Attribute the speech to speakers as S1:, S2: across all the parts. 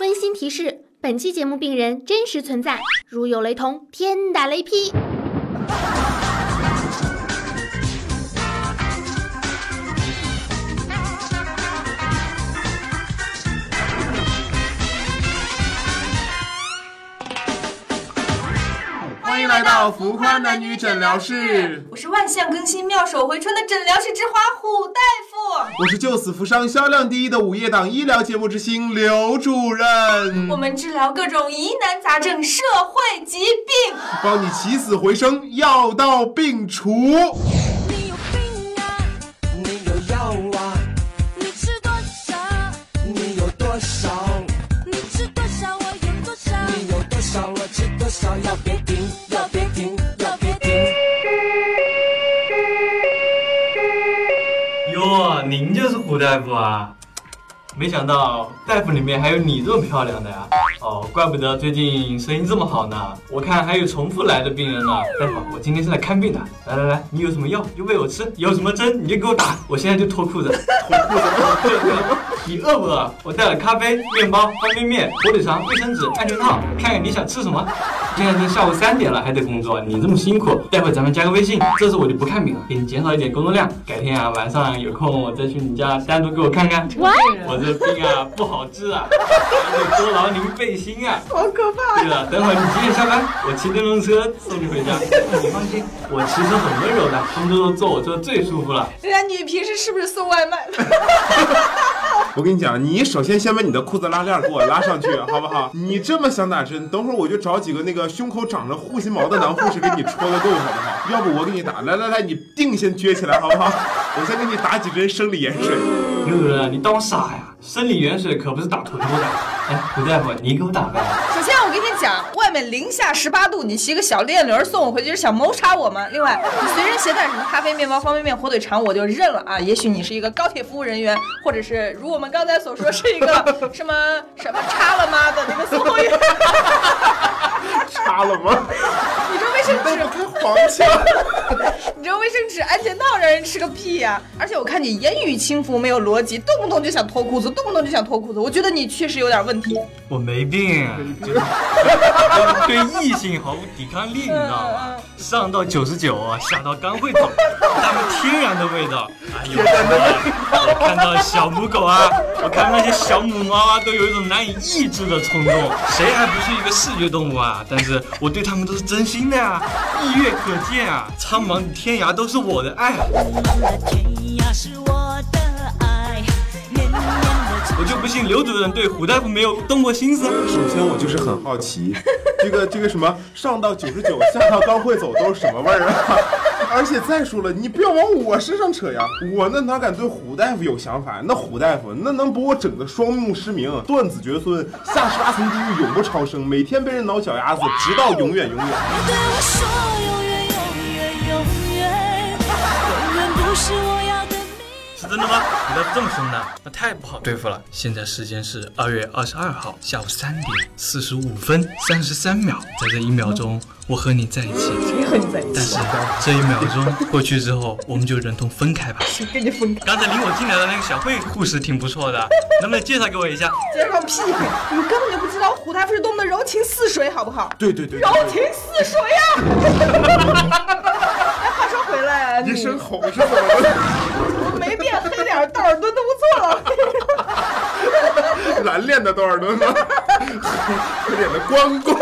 S1: 温馨提示：本期节目病人真实存在，如有雷同，天打雷劈。
S2: 欢迎来到浮夸男女诊疗室，
S3: 我是万象更新、妙手回春的诊疗室之花虎大夫。
S2: 我是救死扶伤销量第一的午夜档医疗节目之星刘主任，
S3: 我们治疗各种疑难杂症、社会疾病。
S2: 帮你起死回生，药到病除。
S4: 你有病啊！
S5: 你有药啊？
S4: 你吃多少？
S5: 你有多少？
S4: 你吃多少我有多少？
S5: 你有多少？我吃多少？药别停，药别停，药别停。
S6: 哟，您就是胡大夫啊！没想到大夫里面还有你这么漂亮的呀！哦，怪不得最近生意这么好呢。我看还有重复来的病人呢。大夫，我今天是来看病的。来来来，你有什么药就喂我吃，有什么针你就给我打，我现在就脱裤子。脱裤子。 你饿不饿？我带了咖啡、面包、方便面、火腿肠、卫生纸、安全套，看看你想吃什么。现在都下午三点了，还得工作，你这么辛苦，待会咱们加个微信，这次我就不看病了，给你减少一点工作量。改天啊，晚上有空我再去你家单独给我看看。我这病啊不好治啊，得多劳您费心啊。
S3: 好可怕！
S6: 对了，等会儿你几点下班？我骑电动车送你回家。你放心，我骑车很温柔的，他们都说坐我车最舒服了。
S3: 人家哎你平时是不是送外卖？
S2: 我跟你讲，你首先先把你的裤子拉链给我拉上去，好不好？你这么想打针，等会儿我就找几个那个胸口长着护心毛的男护士给你戳个够，好不好？要不我给你打，来来来，你腚先撅起来，好不好？我先给你打几针生理盐水。
S6: 刘主任，你当我傻呀？生理盐水可不是打臀部 的。哎，胡大夫，你给我打呗。
S3: 首先我跟你讲，外面零下十八度，你骑个小电驴送我回去是想谋杀我吗？另外，你随身携带什么咖啡、面包、方便面、火腿肠，我就认了啊。也许你是一个高铁服务人员，或者是如我们刚才所说是一个什么什么叉了妈的那个送货员，
S2: 插了吗？
S3: 你这卫生
S2: 那
S3: 纸
S2: 不开黄腔。
S3: 你这卫生纸、安全套让人吃个屁呀、而且我看你言语轻浮，没有逻辑，动不动就想脱裤子，动不动就想脱裤子，我觉得你确实有点问题。
S6: 我没病，就是 对异性毫无抵抗力，你知道吗？上到九十九，啊下到刚会 走，他们天然的味道。哎呦，我看到小母狗啊，我看到那些小母猫啊，都有一种难以抑制的冲动。谁还不是一个视觉动物啊？但是我对他们都是真心的呀、意悦可见啊，苍茫天涯都是我的爱。
S4: 茫茫天涯是我的爱，绵绵的
S6: 我就不信刘主任对胡大夫没有动过心思。
S2: 首先，我就是很好奇，这个这个什么上到九十九，下到刚会走都是什么味儿啊？而且再说了，你不要往我身上扯呀，我那哪敢对胡大夫有想法？那胡大夫那能把我整个双目失明、断子绝孙、下十八层地狱永不超生，每天被人挠脚丫子，直到永远永远。
S4: 你对我说永远永远永远，永远不是我要的你。
S6: 是真的吗？你的这么凶呢？那太不好对付了。现在时间是二月二十二号下午三点四十五分三十三秒，在这一秒钟，我和你在一起。
S3: 谁和你在一
S6: 但
S3: 起？
S6: 是这一秒钟过去之后，我们就忍痛分开吧。
S3: 谁跟你分开？
S6: 刚才领我进来的那个小慧护士挺不错的，能不能介绍给我一下？
S3: 介绍屁！你根本就不知道虎大夫是多么的柔情似水，好不好？
S2: 对对对
S3: 柔情似水呀、 哎，话说回来，
S2: 一
S3: 你
S2: 身吼是怎么了？
S3: 我没变黑点儿，道尔顿都不错了。
S2: 蓝脸的多尔顿吗？黑脸的关公。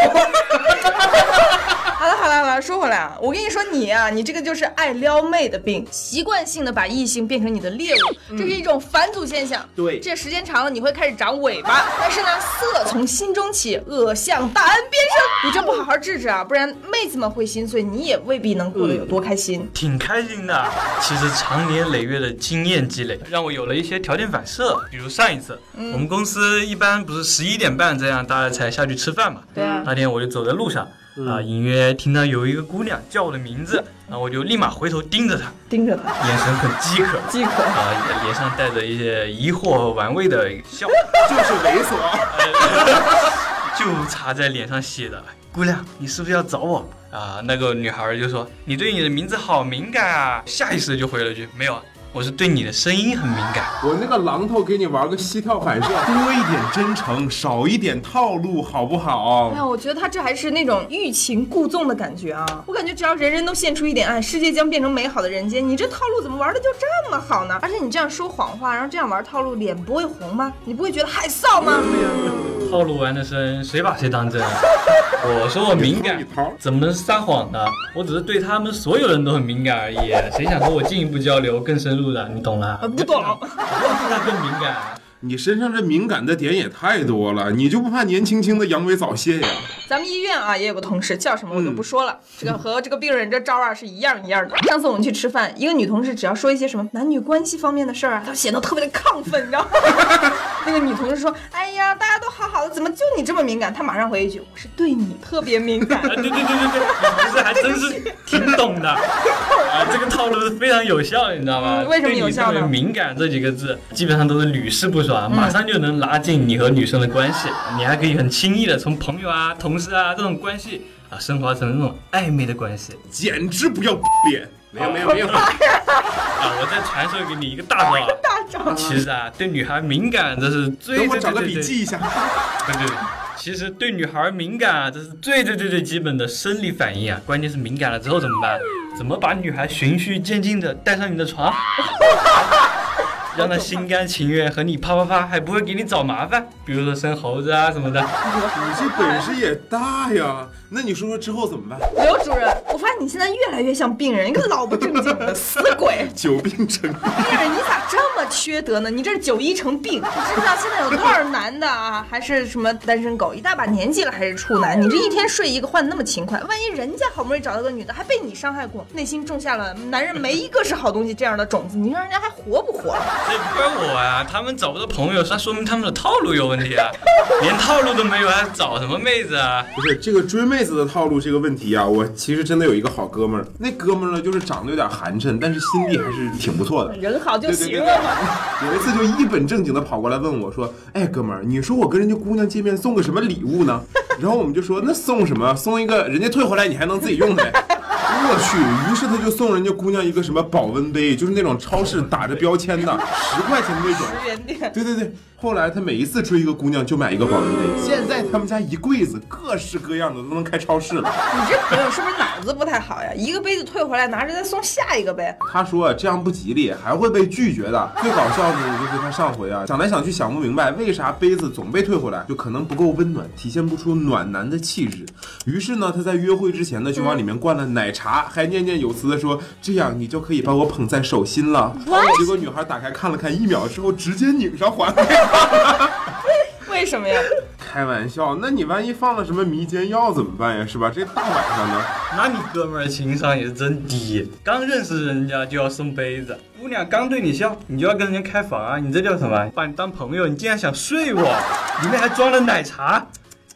S3: 好了好了好了，说回来啊，我跟你说你啊，你这个就是爱撩妹的病，习惯性的把异性变成你的猎物，这是一种返祖现象。
S2: 对
S3: 这时间长了你会开始长尾巴，但是呢，色从心中起，恶向大恩边生，你这不好好治治啊，不然妹子们会心碎，你也未必能过得有多开心。
S6: 挺开心的。其实长年累月的经验积累，让我有了一些条件反射。比如上一次，
S3: 嗯
S6: 我们公司一般不是十一点半这样大家才下去吃饭嘛？
S3: 对啊
S6: 那天我就走在路上，啊、隐约听到有一个姑娘叫我的名字，然后我就立马回头盯着她，
S3: 盯着他，
S6: 眼神很饥渴，
S3: 饥渴
S6: 啊、也脸上带着一些疑惑和玩味的笑。
S2: 就是猥琐，
S6: 就差在脸上写的。姑娘，你是不是要找我啊？那个女孩就说：“你对你的名字好敏感啊！”下意识就回了句：“没有啊。”我是对你的声音很敏感。
S2: 我那个榔头给你玩个膝跳反射， 多一点真诚，少一点套路，好不好
S3: 哎？呀，我觉得他这还是那种欲擒故纵的感觉啊！我感觉只要人人都献出一点爱，世界将变成美好的人间。你这套路怎么玩的就这么好呢？而且你这样说谎话，然后这样玩套路，脸不会红吗？你不会觉得害臊吗？
S6: 套路玩的深，谁把谁当真啊？ 我说我敏
S2: 你
S6: 感
S2: 头儿，
S6: 怎么能撒谎呢？我只是对他们所有人都很敏感而已。谁想和我进一步交流、更深入的？你懂了
S2: 啊
S3: 呃，？不懂。
S6: 我比他更敏感。啊
S2: 你身上这敏感的点也太多了，你就不怕年轻轻的阳痿早泄呀？
S3: 咱们医院啊也有个同事，叫什么我就
S2: 嗯
S3: 不说了。这个和这个病人这招啊是一样一样的。上次我们去吃饭，一个女同事只要说一些什么男女关系方面的事儿啊，她显得特别的亢奋，你知道吗？ 那个女同事说：“哎呀，大家都好好的，怎么就你这么敏感？”她马上回一句：“我是对你特别敏感。
S6: 啊，对对对对对，你不是还真是挺懂的。啊，这个套路是非常有效，你知道吗？
S3: 嗯为什么有效呢
S6: 对你特别敏感这几个字，基本上都是屡试不爽，马上就能拉近你和女生的关系，你还可以很轻易的从朋友啊、同事啊这种关系啊，升华成那种暧昧的关系。
S2: 简直不要脸！没有没有没有，
S6: 啊，我再传授给你一个大招啊。
S3: 大招
S6: 其实啊，对女孩敏感这是最
S2: 等
S6: 最
S2: 我
S6: 最
S2: 找个
S6: 最
S2: 笔
S6: 最
S2: 记 一下。
S6: 对对对，其实对女孩敏感啊，这是最最最最基本的生理反应啊。关键是敏感了之后怎么办？怎么把女孩循序渐进的带上你的床， 让她心甘情愿和你啪啪啪，还不会给你找麻烦，比如说生猴子啊什么的。
S2: 你这本事也大呀！那你说说之后怎么办？
S3: 刘主任，我发现你现在越来越像病人，一个老不正经的死 鬼。
S2: 久病成医，
S3: 病人，你咋这么缺德呢？你这是九一成 病，你知道现在有多少男的啊，还是什么单身狗，一大把年纪了还是处男？你这一天睡一个换得那么勤快，万一人家好不容易找到个女的，还被你伤害过，内心种下了男人没一个是好东西这样的种子，你让人家还活不活了？
S6: 这不怪我啊，他们找不到朋友，那说明他们的套路有问题啊，连套路都没有，还找什么妹子啊？
S2: 不是这个追妹子的套路这个问题啊，我其实真的有一个好哥们儿，那哥们儿呢就是长得有点寒碜，但是心地还是挺不错的。
S3: 人好就
S2: 对对对
S3: 行了 嘛。
S2: 有一次就一本正经的跑过来问我说：“哎，哥们儿，你说我跟人家姑娘见面送个什么礼物呢？” 然后我们就说：“那送什么？送一个人家退回来你还能自己用的呗。” 我去，于是他就送人家姑娘一个什么保温杯，就是那种超市打着标签的，十块钱那种。
S3: 原点。
S2: 对对对，后来他每一次追一个姑娘就买一个保温杯，现在他们家一柜子各式各样的都能开超市了。
S3: 你这朋友是不是脑子不太好呀？一个杯子退回来，拿着再送下一个呗。
S2: 他说啊这样不吉利，还会被拒绝的。最搞笑的就是他上回啊，想来想去想不明白，为啥杯子总被退回来，就可能不够温暖，体现不出暖男的气质。于是呢，他在约会之前呢，就往里面灌了奶茶，还念念有词的说：“这样你就可以把我捧在手心了。”结果女孩打开看了看，一秒之后直接拧上还给他。
S3: 为什么呀？
S2: 开玩笑，那你万一放了什么迷奸药怎么办呀？是吧？这大晚上的。
S6: 那你哥们儿情商也是真低，刚认识人家就要送杯子，姑娘刚对你笑，你就要跟人家开房啊？你这叫什么？把你当朋友，你竟然想睡我？里面还装了奶茶，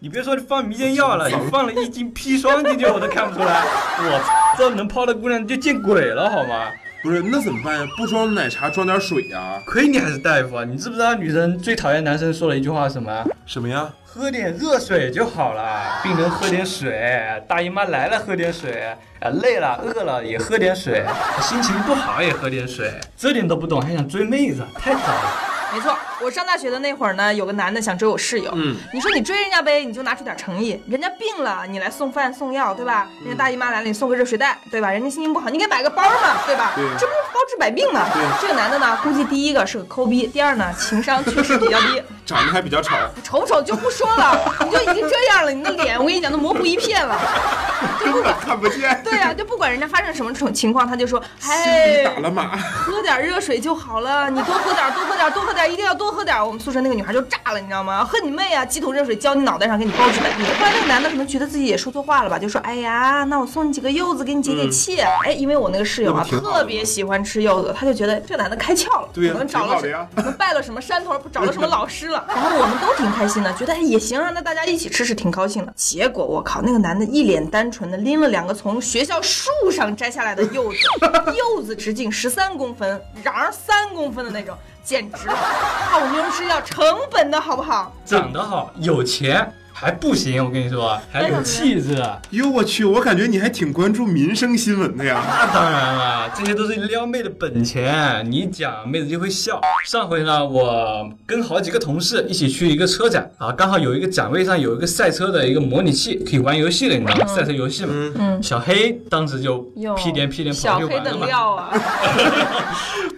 S6: 你别说你放迷奸药了，你放了一斤砒霜进去我都看不出来。我操这能泡的姑娘就见鬼了好吗？
S2: 不是，那怎么办呀？不装奶茶，装点水呀、
S6: 亏你还是大夫啊！你知不知道女生最讨厌男生说的一句话是什么？
S2: 什么呀？
S6: 喝点热水就好了，病人喝点水，大姨妈来了喝点水，啊累了饿了也喝点水，心情不好也喝点水，这点都不懂还想追妹子，太早了。
S3: 没错，我上大学的那会儿呢，有个男的想追我室友。
S2: 嗯，
S3: 你说你追人家呗，你就拿出点诚意。人家病了，你来送饭送药，对吧？人家
S2: 嗯
S3: 大姨妈来了，你送个热水袋，对吧？人家心情不好，你给买个包嘛，对吧？
S2: 对
S3: 这不是包治百病吗？
S2: 对
S3: 这个男的呢，估计第一个是个抠逼，第二呢，情商确实比较低。
S2: 长得还比较丑。
S3: 丑不丑就不说了，你就已经这样了，你的脸我跟你讲都模糊一 片了。就不
S2: 根本
S3: 管
S2: 看不见。
S3: 对呀、就不管人家发生什么种情况，他就说，
S2: 心
S3: 哎
S2: 里，打了码，
S3: 喝点热水就好了，你多喝点，多喝点，多喝点，一定要多喝点。我们宿舍那个女孩就炸了，你知道吗？喝你妹啊！几桶热水浇你脑袋上，给你包治百病。后来那个男的可能觉得自己也说错话了吧，就说：“哎呀，那我送你几个柚子，给你解解气。
S2: 嗯
S3: 哎，因为我那个室友啊，
S2: 那不挺好的吗
S3: 特别喜欢吃柚子，他就觉得这个男的开窍了，
S2: 对呀
S3: 可能找
S2: 挺
S3: 了
S2: 好的
S3: 什
S2: 呀
S3: 可能拜了什么山头，找了什么老师了。然后我们都挺开心的，觉得哎也行啊，那大家一起吃是挺高兴的。结果我靠，那个男的一脸单纯的拎了两个从学校树上摘下来的柚子，柚子直径十三公分，瓤儿三公分的那种，啊简直了！泡妞是要成本的好不好？
S6: 长得好，有钱，还不行，我跟你说，还有气质。
S2: 哟，我去，我感觉你还挺关注民生新闻的呀。
S6: 那当然了，这些都是撩妹的本钱。你讲，妹子就会笑。上回呢，我跟好几个同事一起去一个车展啊，刚好有一个展位上有一个赛车的一个模拟器，可以玩游戏的，你知道吗？赛车游戏嘛。
S3: 嗯
S6: 小黑当时就
S3: 哟
S6: 屁颠 屁颠跑
S3: 小
S6: 去
S3: 黑
S6: 玩了
S3: 等
S6: 嘛。
S3: 料啊，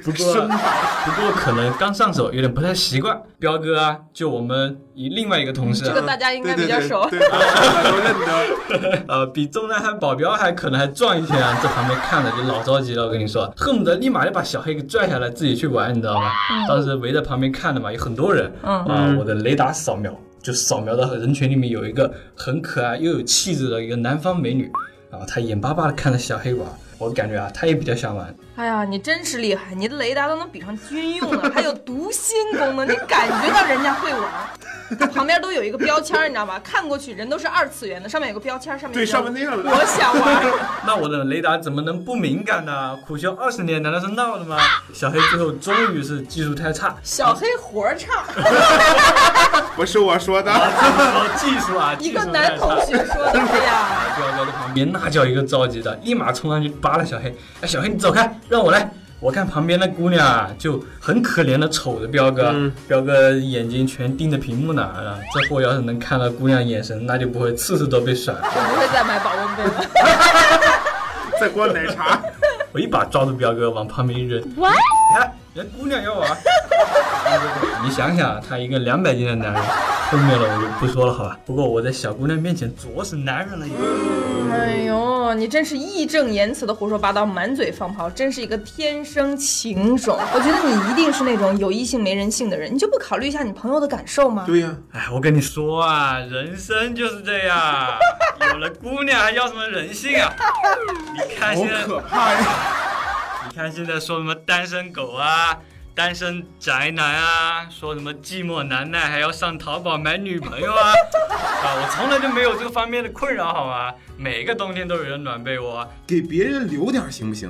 S6: 不过，不过可能刚上手有点不太习惯。彪哥啊，就我们一另外一个同事
S3: 嗯这
S6: 啊、
S3: 个大家应该比较熟。
S2: 对对对对，都认得。
S6: 呃，比中南海保镖还可能还壮一些啊！这旁边看着就老着急了，我跟你说，恨不得立马就把小黑给拽下来自己去玩，你知道吗？当时围在旁边看的嘛，有很多人，
S3: 嗯
S6: 啊、我的雷达扫描就扫描到人群里面有一个很可爱又有气质的一个南方美女，啊，她眼巴巴的看着小黑玩，我感觉啊，她也比较想玩，
S3: 哎呀，你真是厉害，你的雷达都能比上军用了，还有读心功能，你感觉到人家会玩。 它旁边都有一个标签儿，你知道吧？看过去人都是二次元的，上面有个标签儿，上面
S2: 对，
S3: 标
S2: 上面那样
S3: 我
S2: 的。
S3: 想玩，
S6: 那我的雷达怎么能不敏感呢？苦修二十年，难道是闹的吗？小黑最后终于是技术太差，
S3: 小黑活儿唱，
S2: 不是我说的，
S6: 哦技术啊，
S3: 一
S6: 技术
S3: 个
S6: 太差
S3: 男同学说的呀。
S6: 彪哥在旁边那叫一个着急的，立马冲上去扒拉小黑，哎，小黑你走开，让我来。我看旁边那姑娘啊，就很可怜的瞅着彪哥，彪哥眼睛全盯着屏幕呢。啊，这货要是能看到姑娘眼神，那就不会次次都被甩了。
S3: 我不会再买保温杯了。
S2: 在灌奶茶。
S6: 我一把抓住彪哥，往旁边一扔，哎你看人家姑娘要玩。 你想想，他一个两百斤的男人，后面的我就不说了，好吧。不过我在小姑娘面前着实男人了已经。
S3: 哎呦，你真是义正言辞的胡说八道，满嘴放炮，真是一个天生情种。我觉得你一定是那种有异性没人性的人，你就不考虑一下你朋友的感受吗？
S2: 对呀、
S6: 哎，我跟你说啊，人生就是这样，有了姑娘还要什么人性啊？你看
S2: 好
S6: 现在，
S2: 可怕呀！
S6: 你看现在说什么单身狗啊，单身宅男啊，说什么寂寞难耐还要上淘宝买女朋友啊？啊，我从来就没有这个方面的困扰，好吗？每个冬天都有人暖被窝。
S2: 给别人留点行不行？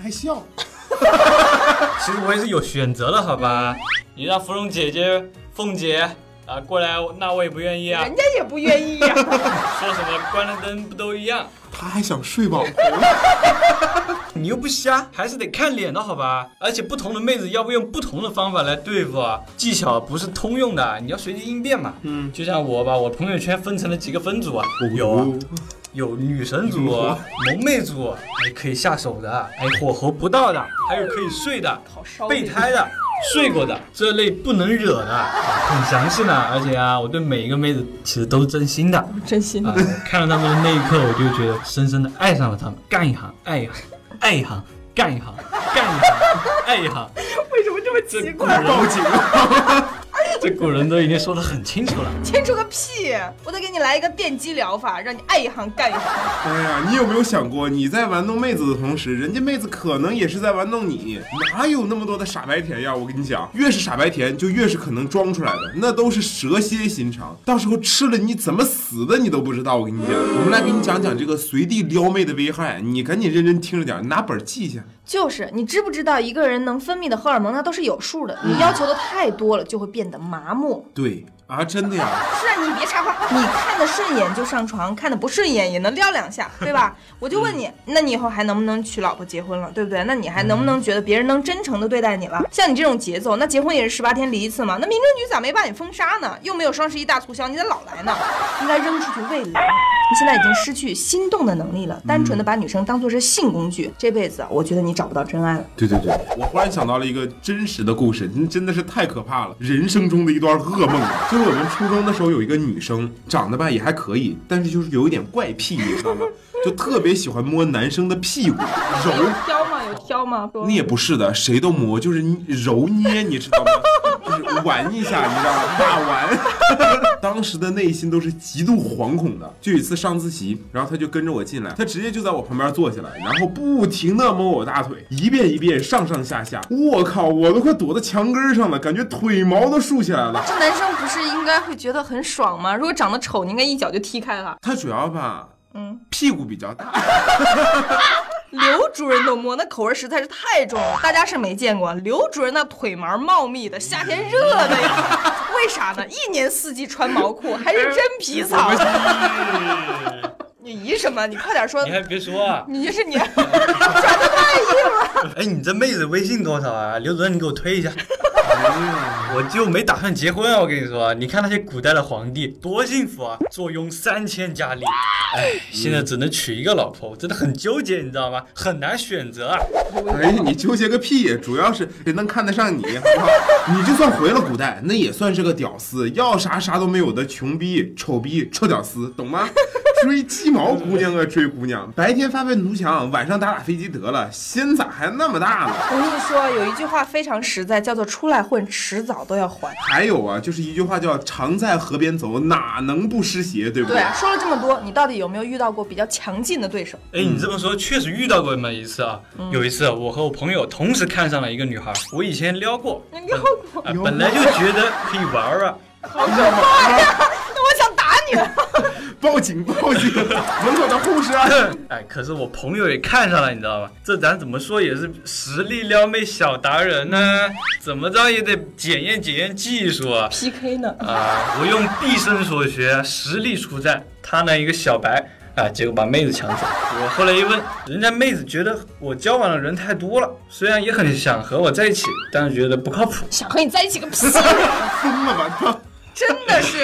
S2: 还笑，
S6: 其实我也是有选择的，好吧？你让芙蓉姐姐、凤姐啊过来，那我也不愿意啊
S3: 人。家也不愿意呀、
S6: 说什么关了灯不都一样？
S2: 他还想睡网红。
S6: 你又不瞎，还是得看脸的好吧？而且不同的妹子要不用不同的方法来对付啊，技巧不是通用的，你要随机应变嘛。
S2: 嗯，
S6: 就像我把我朋友圈分成了几个分组啊，有啊，有女神组、萌妹组，还可以下手的，还有火候不到的，还有可以睡的
S3: 好烧、
S6: 备胎的。睡过的这类不能惹的，啊很详细呢。而且啊，我对每一个妹子其实都是真心的。
S3: 真心
S6: 啊、看到他们的那一刻，我就觉得深深的爱上了他们，干一行爱一行，爱一行干一行，干一行爱一行。
S3: 为什么这么
S6: 这
S3: 奇
S6: 古
S3: 怪？
S6: 人
S2: 报警！
S6: 这古人都已经说得很清楚了。
S3: 牵扯个屁！我得给你来一个电击疗法，让你爱一行干一行。
S2: 哎呀，你有没有想过，你在玩弄妹子的同时，人家妹子可能也是在玩弄你，哪有那么多的傻白甜呀？我跟你讲，越是傻白甜，就越是可能装出来的，那都是蛇蝎心肠，到时候吃了你怎么死的你都不知道。我跟你讲，我们来给你讲讲这个随地撩妹的危害，你赶紧认真听着点，拿本儿记一下。
S3: 就是你知不知道，一个人能分泌的荷尔蒙那都是有数的，你要求的太多了，就会变得麻木。
S2: 对啊，真的呀。
S3: 是啊，你别插话， 你看的顺眼就上床，看的不顺眼也能撩两 下，对吧？我就问你，那你以后还能不能娶老婆结婚了，对不对？那你还能不能觉得别人能真诚的对待你了？像你这种节奏，那结婚也是十八天离一次嘛？那民政局咋没把你封杀呢？又没有双十一大促销，你咋老 来呢？应该扔出去喂狼。你现在已经失去心动的能力了，单纯的把女生当做是性工具，这辈子啊我觉得你找不到真爱了。
S2: 对对对，我忽然想到了一个真实的故事，真真的是太可怕了，人生中的一段噩梦。就是我们初中的时候有一个女生，长得吧也还可以，但是就是有一点怪癖，你知道吗？就特别喜欢摸男生的屁股，
S3: 有
S2: 揉。
S3: 挑吗？有挑吗？说
S2: 那也不是的，谁都摸，就是揉捏，你知道吗？ 就是玩一下，你知道吗？把玩。 当时的内心都是极度惶恐的。就有一次上自习，然后他就跟着我进来，他直接就在我旁边坐下来，然后不停的摸我大腿，一遍一遍上上下下。我靠，我都快躲到墙根上了，感觉腿毛都竖起来了。
S3: 这男生不是应该会觉得很爽吗？如果长得丑，你应该一脚就踢开他。
S2: 他主要吧，
S3: 嗯，
S2: 屁股比较大。
S3: 刘主任的馍那口味实在是太重了，大家是没见过。刘主任那腿毛茂密的，夏天热的呀，为啥呢？一年四季穿毛裤，还是真皮草。 你疑什么？你快点说
S6: 你，还别说啊，
S3: 你是你。
S6: 哎，你这妹子微信多少啊？刘主任，你给我推一下。哎我就没打算结婚啊！我跟你说啊，你看那些古代的皇帝多幸福啊，坐拥三千佳丽。哎，现在只能娶一个老婆，我真的很纠结，你知道吗？很难选择啊。
S2: 哎呀，你纠结个屁！主要是谁能看得上你，好不好？你就算回了古代，那也算是个屌丝，要啥啥都没有的穷逼、丑逼、臭屌丝，懂吗？追鸡毛姑娘啊，追姑娘！白天发愤图强，晚上打打飞机得了，心咋还那么大呢？
S3: 我跟你说，有一句话非常实在，叫做“出来混，迟早都要还
S2: 还有啊，就是一句话叫“常在河边走，哪能不湿鞋”，对”。不
S3: 对啊，说了这么多，你到底有没有遇到过比较强劲的对手？
S6: 哎，你这么说确实遇到过那么一次啊。有一次，我和我朋友同时看上了一个女孩，我以前撩过，
S3: 你撩
S6: 过、啊本来就觉得可以玩啊玩。
S3: 那我想打你 了。
S2: 报警报警！门口的护士啊！
S6: 哎，可是我朋友也看上了，你知道吗？这咱怎么说也是实力撩妹小达人呢、怎么着也得检验检验技术啊！
S3: PK 呢？
S6: 啊，我用毕生所学实力出战，他呢一个小白啊，结果把妹子抢走。我后来一问，人家妹子觉得我交往的人太多了，虽然也很想和我在一起，但是觉得不靠谱。
S3: 想和你在一起个屁！
S2: 疯了吧？
S3: 真的 是，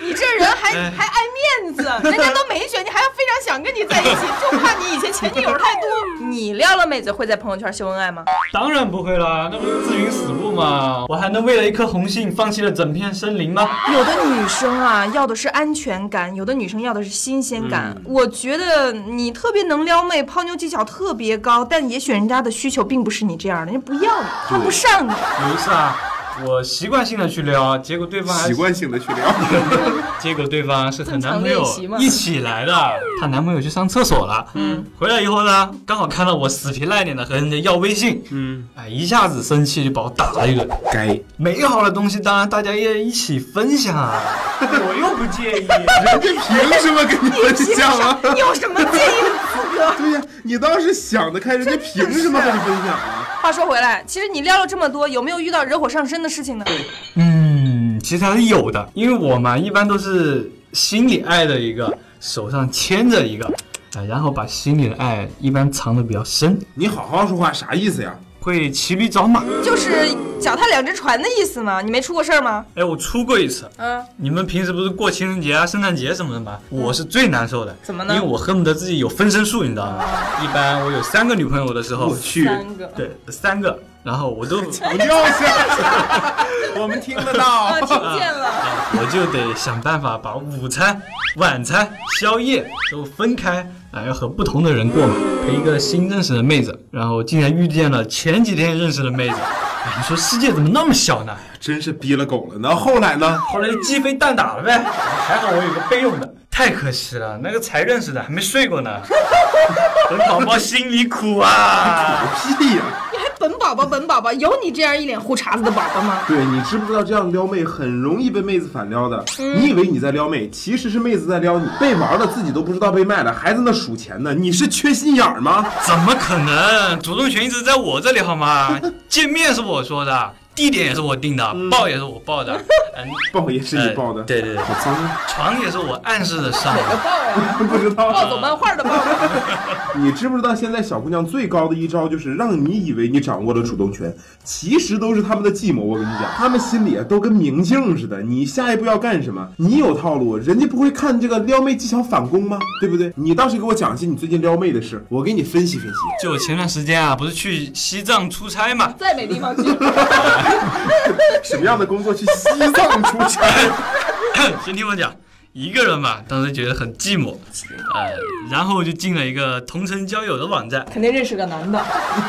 S3: 你这人还还爱面子，人家都没选，你还要非常想跟你在一起，就怕你以前前女友太多。你撩了妹子会在朋友圈秀恩爱吗？
S6: 当然不会啦，那不是自寻死路吗？我还能为了一颗红杏放弃了整片森林吗？
S3: 有的女生啊，要的是安全感；有的女生要的是新鲜感。我觉得你特别能撩妹，泡妞技巧特别高，但也许人家的需求并不是你这样的，人家不要你，看不上 你。
S6: 有一次啊，我习惯性的去撩，结果对方还
S2: 习惯性的去聊。
S6: 结果对方是和男朋
S3: 正
S6: 友
S3: 常练习嘛
S6: 一起来的，她男朋友去上厕所了，嗯，回来以后呢，刚好看到我死皮赖脸的和人家要微信，嗯，哎，一下子生气就把我打了一顿。
S2: 该
S6: 美好的东西当然大家要一起分享啊， 我又不介意。
S2: 人家凭什么跟你分享啊？
S3: 你有什么介 意的资格？
S2: 对呀、你倒是想得开，人家凭什么跟你分享啊？
S3: 话说回来，其实你撩了这么多，有没有遇到惹火上身的事情呢？
S6: 嗯，其实还是有的，因为我嘛一般都是心里爱的一个，手上牵着一个，哎，然后把心里的爱一般藏的比较深，
S2: 你好好说话啥意思呀？
S6: 会骑驴找马。
S3: 就是脚踏两只船的意思嘛。你没出过事儿吗？
S6: 哎，我出过一次，
S3: 嗯，
S6: 你们平时不是过情人节啊、圣诞节什么的吗？
S2: 嗯
S6: 我是最难受的，
S3: 怎么呢
S6: 因为我恨不得自己有分身术，你知道吗？一般我有三个女朋友的时候
S2: 我，去，
S3: 三个。
S6: 对，三个，然后我都
S2: 我尿下 去，我们听得到
S3: 啊，。听见 了。
S6: 我就得想办法把午餐、晚餐、宵夜都分开，啊，要和不同的人过嘛，陪一个新认识的妹子，然后竟然遇见了前几天认识的妹子，哎，你说世界怎么那么小呢？
S2: 真是逼了狗了。那后来呢？
S6: 后来就鸡飞蛋打了呗，还好我有个备用的。太可惜了，那个才认识的，还没睡过 呢，等宝宝心里苦啊。
S2: 屁呀、
S3: 哎本宝宝，本宝宝，有你这样一脸胡茬子的宝宝吗？
S2: 对你知不知道这样撩妹很容易被妹子反撩的？
S3: 嗯
S2: 你以为你在撩妹，其实是妹子在撩你，被玩了自己都不知道被卖了，还在那数钱呢。你是缺心眼儿吗？
S6: 怎么可能？主动权一直在我这里好吗？见面是我说的，地点也是我定的，抱也是我抱 的，嗯，
S2: 抱也是你抱的，
S6: 呃对 对对
S2: 好脏啊！
S6: 床也是我暗示的上的。
S2: 不知道啊
S3: 暴走漫画的暴走，
S2: 你知不知道现在小姑娘最高的一招就是让你以为你掌握了主动权，其实都是他们的计谋。我跟你讲，他们心里啊都跟明镜似的。你下一步要干什么？你有套路，人家不会看这个撩妹技巧反攻吗？对不对？你倒是给我讲一些你最近撩妹的事，我给你分析分析。
S6: 就前段时间啊，不是去西藏出差嘛，
S3: 再没地方去。
S2: 什么样的工作去西藏出差？
S6: 先听我讲，一个人嘛，当时觉得很寂寞，呃，然后就进了一个同城交友的网站，
S3: 肯定认识个男的，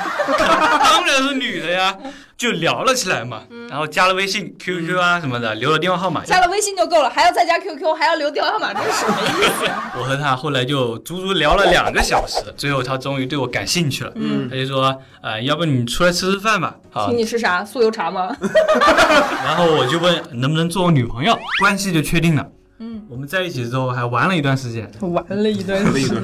S6: 当然是女的呀，就聊了起来嘛，然后加了微信、QQ 啊什么的，留了电话号码。
S3: 嗯加了微信就够了，还要再加 QQ，还要留电话号码，这是什么意思？
S6: 我和她后来就足足聊了两个小时，最后她终于对我感兴趣了，嗯，她就说，呃，要不你出来吃吃饭吧，好
S3: 请，你吃啥？酥油茶吗？
S6: 然后我就问能不能做我女朋友，关系就确定了。嗯，我们在一起之后还玩了一段时间。
S3: 玩了一段
S2: 那一段时间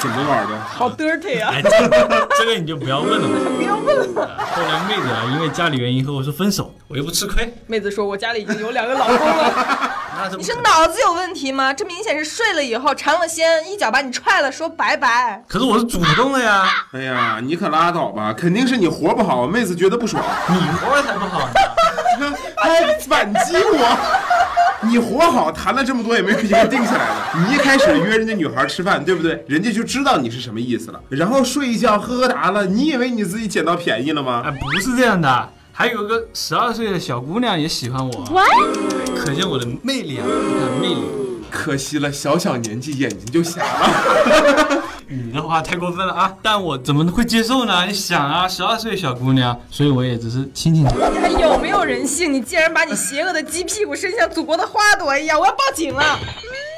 S2: 怎么玩的？
S3: 好 dirty 啊！
S6: 哎，这个这个你就不要问了嘛。不要问了。后来妹子啊，因为家里原因和我说分手，我又不吃亏，
S3: 妹子说：“我家里已经有两个老公了。
S6: 那是”不
S3: 你
S6: 可
S3: 是
S6: 能。
S3: 脑子有问题吗？这明显是睡了以后尝了鲜，一脚把你踹了，说拜拜。
S6: 可是我是主动的呀，
S2: 哎呀，你可拉倒吧，肯定是你活不好，妹子觉得不爽，
S6: 你活儿才不好呢。
S2: 还哎反击我。你活好，谈了这么多也没有一个定下来的。你一开始约人家女孩吃饭，对不对？人家就知道你是什么意思了。然后睡一觉，喝喝茶了，你以为你自己捡到便宜了吗？
S6: 哎，不是这样的，还有个十二岁的小姑娘也喜欢我，可见我的魅力啊，你看魅力。
S2: 可惜了，小小年纪眼睛就瞎了。
S6: 你的话太过分了啊！但我怎么会接受呢？你想啊，十二岁小姑娘，所以我也只是亲亲她。
S3: 还有没有人性？你竟然把你邪恶的鸡屁股伸向祖国的花朵一样！我要报警了！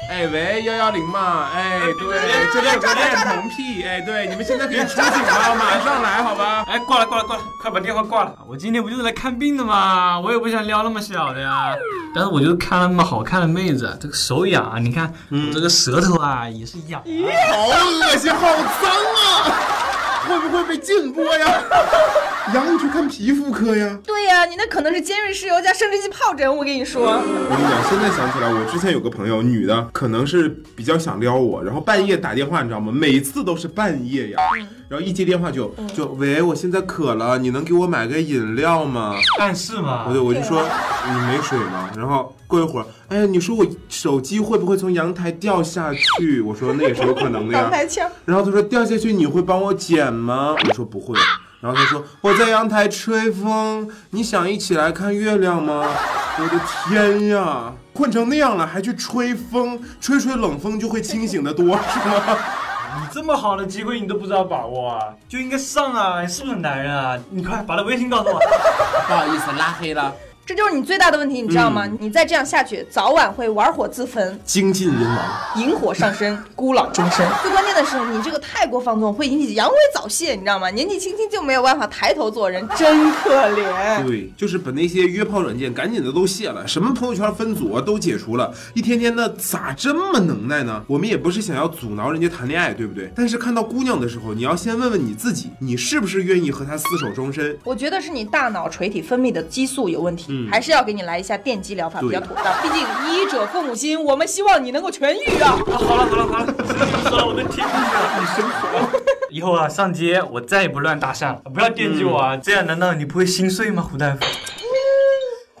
S2: 哎喂，幺幺零嘛，哎对，这里有个恋童癖，哎对，你们现在可以出警了，马上来好吧？
S6: 哎，挂了挂了挂了，快把电话挂了！我今天不就是来看病的吗？我也不想撩那么小的呀。但是我就看了那么好看的妹子，这个手痒啊！你看、我这个舌头啊也是痒、啊。
S2: 好恶心，好脏啊！会不会被禁播呀？杨，你去看皮肤科呀。
S3: 对呀、你那可能是尖锐湿疣加生殖器疱疹，我跟你说。
S2: 我跟你讲，现在想起来，我之前有个朋友，女的，可能是比较想撩我，然后半夜打电话，你知道吗？每次都是半夜呀，然后一接电话就就喂，我现在渴了，你能给我买个饮料吗？
S6: 暗示嘛
S2: 我，就我就说你没水吗？然后过一会儿，哎呀，你说我手机会不会从阳台掉下去？我说那也是有可 能的呀
S3: 挡。台枪，
S2: 然后他说掉下去你会帮我捡吗？我说不会。然后他说我在阳台吹风，你想一起来看月亮吗？我的天呀，困成那样了还去吹风，吹吹冷风就会清醒的多，是吗？
S6: 你这么好的机会你都不知道把握啊，就应该上啊！你是不是男人啊？你快把他微信告 诉我。
S5: 不好意思，拉黑了。
S3: 这就是你最大的问题，你知道吗？
S2: 嗯
S3: 你再这样下去，早晚会玩火自焚，
S2: 精尽人亡。
S3: 引火上身，孤老终身。最关键的是，你这个太过放纵会引起阳痿早泄，你知道吗？年纪轻轻就没有办法抬头做人，真可怜。
S2: 对，就是把那些约炮软件赶紧的都卸了，什么朋友圈分组啊都解除了，一天天的咋这么能耐呢？我们也不是想要阻挠人家谈恋爱，对不对？但是看到姑娘的时候，你要先问问你自己，你是不是愿意和她厮守终身？
S3: 我觉得是你大脑垂体分泌的激素有问题，
S2: 嗯
S3: 还是要给你来一下电击疗法比较
S2: 对
S3: 妥当。毕竟医者父母心，我们希望你能够痊愈啊！
S6: 啊，好了好了好了，说了我都听进去啊了，你生活。以后啊，上街我再也不乱搭讪了，不要惦记我啊！这样难道你不会心碎吗，胡大夫？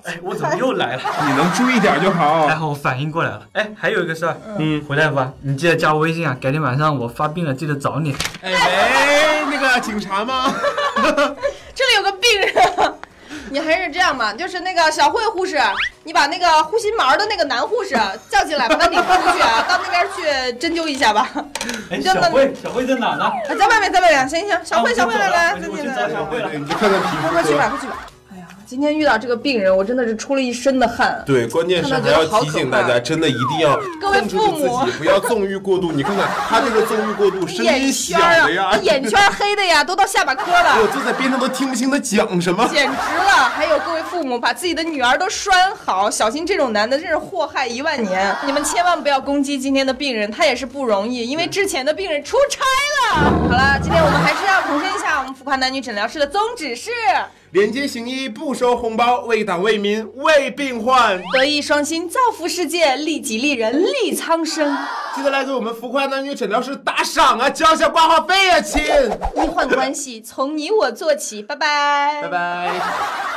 S6: 哎，我怎么又 来了？
S2: 你能注意点就好
S6: 还。好我反应过来了。哎，还有一个事儿，嗯，胡大夫啊，你记得加我微信啊，改天晚上我发病了记得找你。
S2: 哎喂，那个警察吗？
S3: 这里有个病人，你还是这样吧，就是那个小慧护士，你把那个呼吸毛的那个男护士叫进来，把他领出去啊，到那边去针灸一下吧。
S6: 哎，
S3: 你
S6: 小
S3: 叫他
S6: 慧，小慧在哪呢？
S3: 啊在外面，在外面，行行，小慧，
S6: 啊
S3: 小慧，来来，
S6: 我
S3: 来
S6: 先走了我
S3: 进
S6: 先
S3: 来
S6: 找。小慧了。
S2: 你就看看皮
S3: 快快
S2: 肤
S3: 去吧，
S2: 科。
S3: 快去吧。哎呀，今天遇到这个病人，我真的是出了一身的汗。
S2: 对，关键是还要提醒大家，真的一定要
S3: 各位
S2: 控制
S3: 父
S2: 住自
S3: 母
S2: 己，不要纵欲过度。你看看他这个纵欲过度，声音
S3: 眼
S2: 小
S3: 圈
S2: 的
S3: 啊
S2: 呀，，
S3: 眼圈黑的呀，都到下巴颏
S2: 我
S3: 了。
S2: 坐在边上都听不清他讲什么。
S3: 简直了！还有各位父母，把自己的女儿都拴好，小心这种男的真是祸害一万年。你们千万不要攻击今天的病人，他也是不容易，因为之前的病人出差了。好了，今天我们还是要重申一下，我们浮夸男女诊疗室的宗旨是
S2: 廉洁行医，不收红包，为党为民为病患。
S3: 德艺双馨，造福世界，利己利人，利苍生。
S2: 记得来给我们浮夸男女诊疗室打赏啊，交一下挂号费啊，亲。
S3: 医患关系从你我做起，拜拜，
S2: 拜。拜。